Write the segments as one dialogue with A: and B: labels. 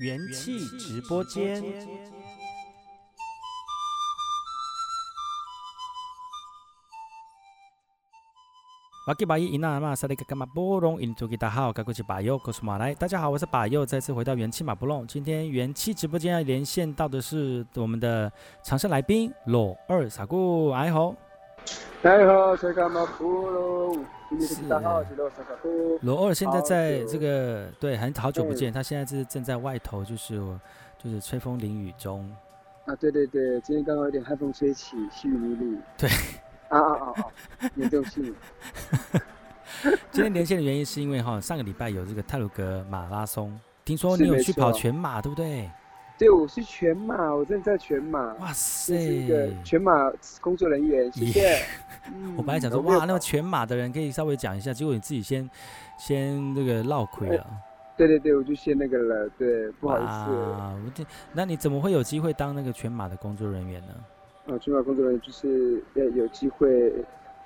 A: 元气直播间。瓦吉巴伊伊那阿玛萨利嘎嘎马波隆印度吉达好，嘎古吉巴佑古苏马来。大家好，我是巴佑，再次回到元气马波隆。今天元气直播间要连线到的是我们的长沙来宾裸二傻姑，哎吼。
B: 大家好，我是干马布隆，哦今天是大号，是罗萨卡布。
A: 罗二现在在
B: 好久
A: 这个对很好久不见，他现在是正在外头，就是就是吹风淋雨中。
B: 啊，对对对，今天刚好有点寒风吹起，细雨迷路。
A: 对。
B: 啊啊啊啊！严重性。
A: 今天连线的原因是因为哈上个礼拜有这个泰鲁格马拉松，听说你
B: 是
A: 有
B: 没
A: 去跑
B: 错
A: 全马，对不对？
B: 对，我是全马，我正在全马，
A: 哇塞
B: 这！是一个全马工作人员，谢谢。嗯
A: 我本来想说哇，那个全马的人可以稍微讲一下，结果你自己先先这个绕亏了。
B: 对对对，我就先那个了，对，哎不好意思，
A: 哇，我这那你怎么会有机会当那个全马的工作人员呢？
B: 啊，全马工作人员就是要有机会，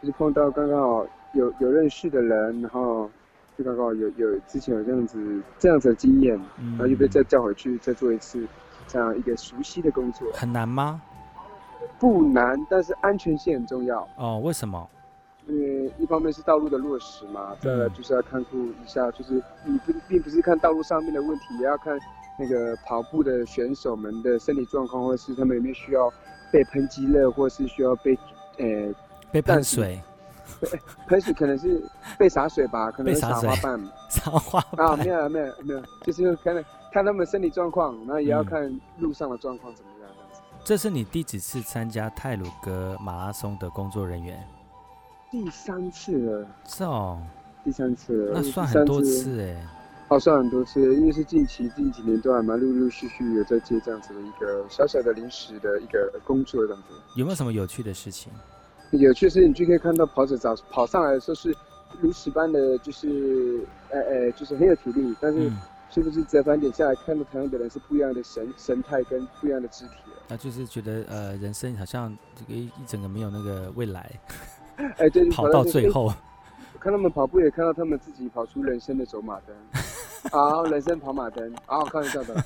B: 就是碰到刚刚好有有认识的人，然后就刚好有有之前有这样子这样子的经验，
A: 嗯
B: 然后又被再叫回去再做一次这样一个熟悉的工作，
A: 很难吗？
B: 不难，但是安全性很重要，
A: 哦，为什么？
B: 因为一方面是道路的落实嘛，再来
A: 嗯
B: 就是要看顾一下，就是你不并不是看道路上面的问题，也要看那个跑步的选手们的身体状况，或是他们有没有需要被喷激热，或是需要被呃
A: 被喷
B: 但是
A: 水，
B: 喷水，可能是被洒水吧，可能
A: 被
B: 是
A: 洒
B: 洒
A: 水
B: 花瓣
A: 撒花
B: 啊，
A: 瓣
B: 没有啊没有没有，就是看看他们身体状况，然后也要
A: 嗯
B: 看路上的状况怎么样。这样子
A: 这是你第几次参加泰鲁格马拉松的工作人员？
B: 第三次了，
A: 是哦，
B: 第三次了，
A: 那
B: 呃第
A: 算
B: 三
A: 很多次哎。
B: 哦，算很多次，因为是近期近几年都还蛮陆陆续续有在接这样子的一个小小的临时的一个工作这样子。
A: 有没有什么有趣的事情？
B: 有趣的是，你就可以看到跑者早跑上来的时候是如此般的，就是呃呃，就是很有体力，但是
A: 嗯，
B: 是不是折返点下来看到台湾的人是不一样的神神态跟不一样的肢体啊了？
A: 那就是觉得呃，人生好像这个一一整个没有那个未来，
B: 哎，对，
A: 跑到最，
B: 就是
A: 后，
B: 哎看他们跑步也看到他们自己跑出人生的走马 灯，啊，人生跑马灯，啊，开玩笑的啦。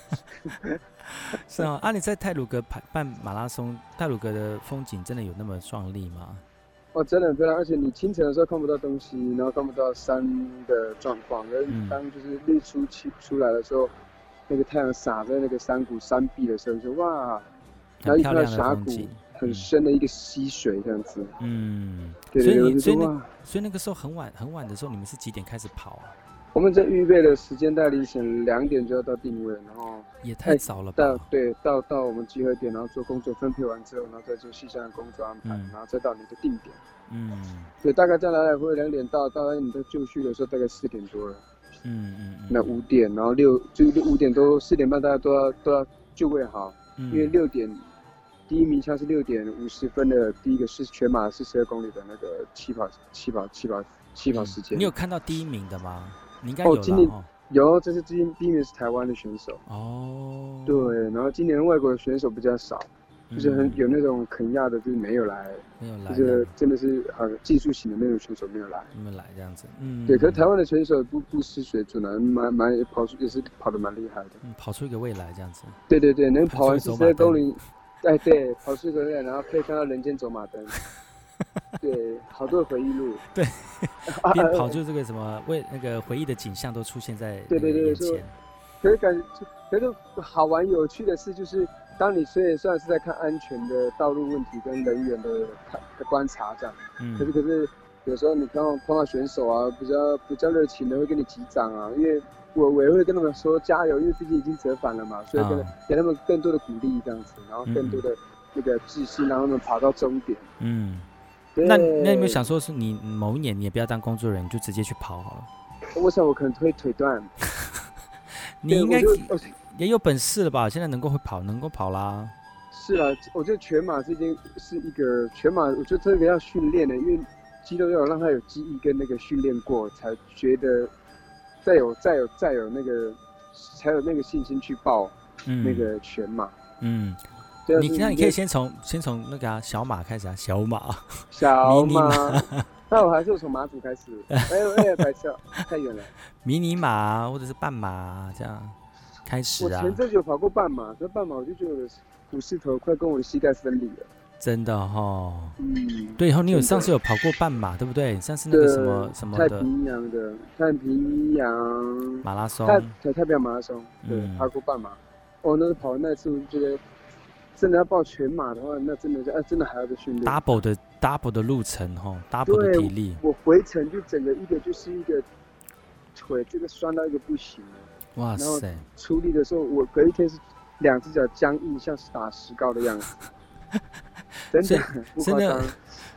A: 是啊。啊，你在泰鲁格办办马拉松，泰鲁格的风景真的有那么壮丽吗？
B: 哦，真的很漂亮，而且你清晨的时候看不到东西，然后看不到山的状况，而
A: 嗯
B: 当就是日出起出来的时候，那个太阳洒在那个山谷山壁的时候，就哇，然后
A: 很
B: 一
A: 漂
B: 看到
A: 亮的
B: 峡
A: 风
B: 谷
A: 景，
B: 很深的一个溪水这样子，
A: 嗯。
B: 对
A: 所以
B: 对对，我
A: 你
B: 就
A: 所以
B: 说
A: 那
B: 哇，
A: 所以那个时候很晚很晚的时候，你们是几点开始跑啊？
B: 我们在预备的时间在凌晨两点就要到定位，然后
A: 也太
B: 哎
A: 早了吧？
B: 到对到到我们集合点，然后做工作分配完之后，然后再做细项的工作安排，
A: 嗯
B: 然后再到你的定点，
A: 嗯
B: 对，大概再来来回两点到，到你的就绪的时候大概四点多了。
A: 嗯嗯嗯。
B: 那五点，然后六就是五点多四点半，大家都要都要就位好，
A: 嗯
B: 因为六点第一名像是六点五十分的第一个是全马四十二公里的那个起跑起跑起跑起跑时间。
A: 嗯你有看到第一名的吗？你应该
B: 哦
A: 有了
B: 今年
A: 哦。
B: 有，这是第一第一名是台湾的选手，
A: 哦，
B: 对，然后今年外国的选手比较少，
A: 嗯，
B: 就是很有那种肯亚的就是没有来，
A: 没有来
B: 就
A: 这
B: 是
A: 样，
B: 真的是很技术型的那种选手没有来。
A: 没有来这样子，嗯，
B: 对，可是台湾的选手不不失水准啊，蛮蛮跑出也是跑得蛮厉害的。
A: 嗯跑出一个未来这样子，
B: 对对对，能
A: 跑
B: 跑完
A: 出
B: 四
A: 走
B: 十
A: 马
B: 二
A: 灯
B: 公里，哎，对，跑四十二，然后可以看到人间走马 灯，对，好多回忆录。
A: 对
B: 啊，
A: 边
B: 啊
A: 跑就这个什么为那个回忆的景象都出现在
B: 对
A: 那
B: 对
A: 个
B: 对
A: 眼
B: 就
A: 前，
B: 可是感觉，可是好玩有趣的事就是，当你虽然虽然是在看安全的道路问题跟人员的看的观察这样，可是
A: 嗯
B: 可是有时候你刚好碰到选手啊，比较比较热情的会跟你击掌啊，因为我我也会跟他们说加油，因为毕竟已经折返了嘛，所以跟、
A: 啊
B: 给他们更多的鼓励这样子，然后更多的那个自信，让他们跑到终点。
A: 嗯，
B: 对
A: 那那有没有想？说是你某一年你也不要当工作人员，你就直接去跑好了？
B: 我想我可能会腿断，
A: 你
B: 对
A: 应该嗯
B: 我就哦啊我
A: 也有本事了吧？现在能够会跑，能够跑啦，
B: 是啊，我觉得全马这件是一个全马，我觉得这个要训练的，因为肌肉要有让它有记忆跟那个训练过，才觉得再有再有再有那个才有那个信心去报
A: 嗯，
B: 那，个全马。
A: 嗯，
B: 对啊
A: 你
B: 是
A: 那你可以先从先从那个啊小马开始啊，小马，
B: 小
A: 迷你
B: 马，那我还是从马祖开 始。哎呦哎呦，白痴，太远了。
A: 迷你马啊或者是半马啊这样，开始
B: 我
A: 啊，
B: 前阵子有跑过半马，可是半马我就觉得我的股四头快跟我的膝盖分离了。
A: 真的哦。
B: 嗯，
A: 对，然后你有
B: 真的
A: 上次有跑过半马，对不对？上次那个
B: 对，
A: 什么什么
B: 太
A: 的
B: 平洋的太平洋
A: 马拉松，
B: 太对太平洋马拉松，对
A: 嗯，
B: 跑过半马。哦，那个跑完那次我就觉得，真的要报全马的话，那真的是哎、真的还要再训练。
A: double 的 double 的路程哈、哦、，double 的
B: 对
A: 体力，
B: 我回程就整个一个就是一个腿这个酸到一个不行了。
A: 哇
B: 然后
A: 塞！
B: 出力的时候，我隔一天是两只脚僵硬，像是打石膏的 样子。真
A: 所以
B: 的，不
A: 真
B: 夸
A: 的
B: 张。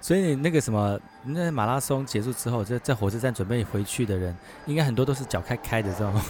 A: 所以你那个什么，那马拉松结束之后，在在火车站准备回去的人，应该很多都是脚开开的，知道吗？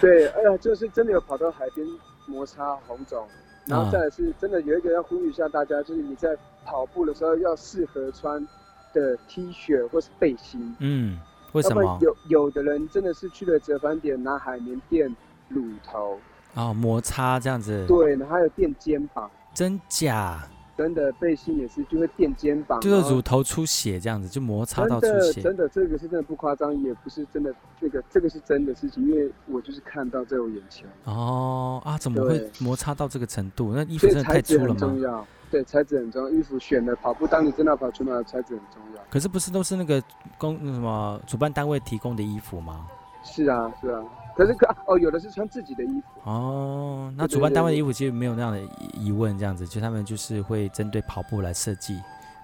B: 对，哎呀，就是真的有跑到海边摩擦红肿，然
A: 啊
B: 后再来是真的有一个要呼吁一下大家，就是你在跑步的时候要适合穿的 T 恤或是背心，
A: 嗯，为
B: 要
A: 什
B: 不然
A: 么？
B: 有有的人真的是去了折返点拿海绵垫乳头，
A: 哦，摩擦这样子，
B: 对，然后还有垫肩膀，
A: 真假？
B: 真的背心也是就会垫肩膀，
A: 就是
B: 然后
A: 乳头出血这样子，就摩擦
B: 真
A: 到出
B: 的
A: 血。
B: 真的这个是真的不夸张，也不是真的这个这个是真的事情，因为我就是看到在我眼前，
A: 哦啊，怎么会
B: 对
A: 摩擦到这个程度？那衣服
B: 所以
A: 真的太
B: 材质
A: 粗了
B: 很
A: 吗
B: 重？要。对，材质很重要。衣服选的跑步，当你真的要跑全马，材质很重要。
A: 可是不是都是那个公那什么主办单位提供的衣服吗？
B: 是啊，是啊。可是可哦，有的是穿自己的衣服。
A: 哦，那
B: 对
A: 主办
B: 对
A: 单位的
B: 对
A: 衣服其实没有那样的疑疑问，这样子，就他们就是会针对跑步来设计，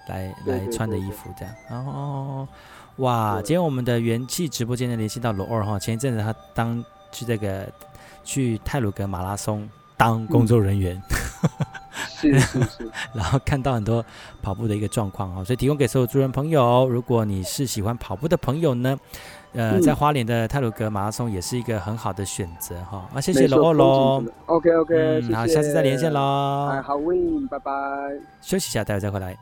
A: 来
B: 对
A: 来
B: 对
A: 穿的
B: 对
A: 衣
B: 对
A: 服这样。哦哦哦，哦哇，
B: 对
A: 今天我们的元气直播间呢联系到罗二哈，前一阵子他当去这个去泰鲁格马拉松当工
B: 嗯
A: 作人员，
B: 是是是，
A: 然后看到很多跑步的一个状况哦，所以提供给所有主人朋友，如果你是喜欢跑步的朋友呢，呃，
B: 嗯
A: 在花莲的泰鲁格马拉松也是一个很好的选择哈、啊， 谢谢
B: 没错
A: 罗欧。喽
B: 风景。什么的 OK OK，
A: 嗯嗯，好，下次再连线
B: 哎，
A: 喽。
B: 好，Win，拜拜。
A: 休息一下，待会再回来。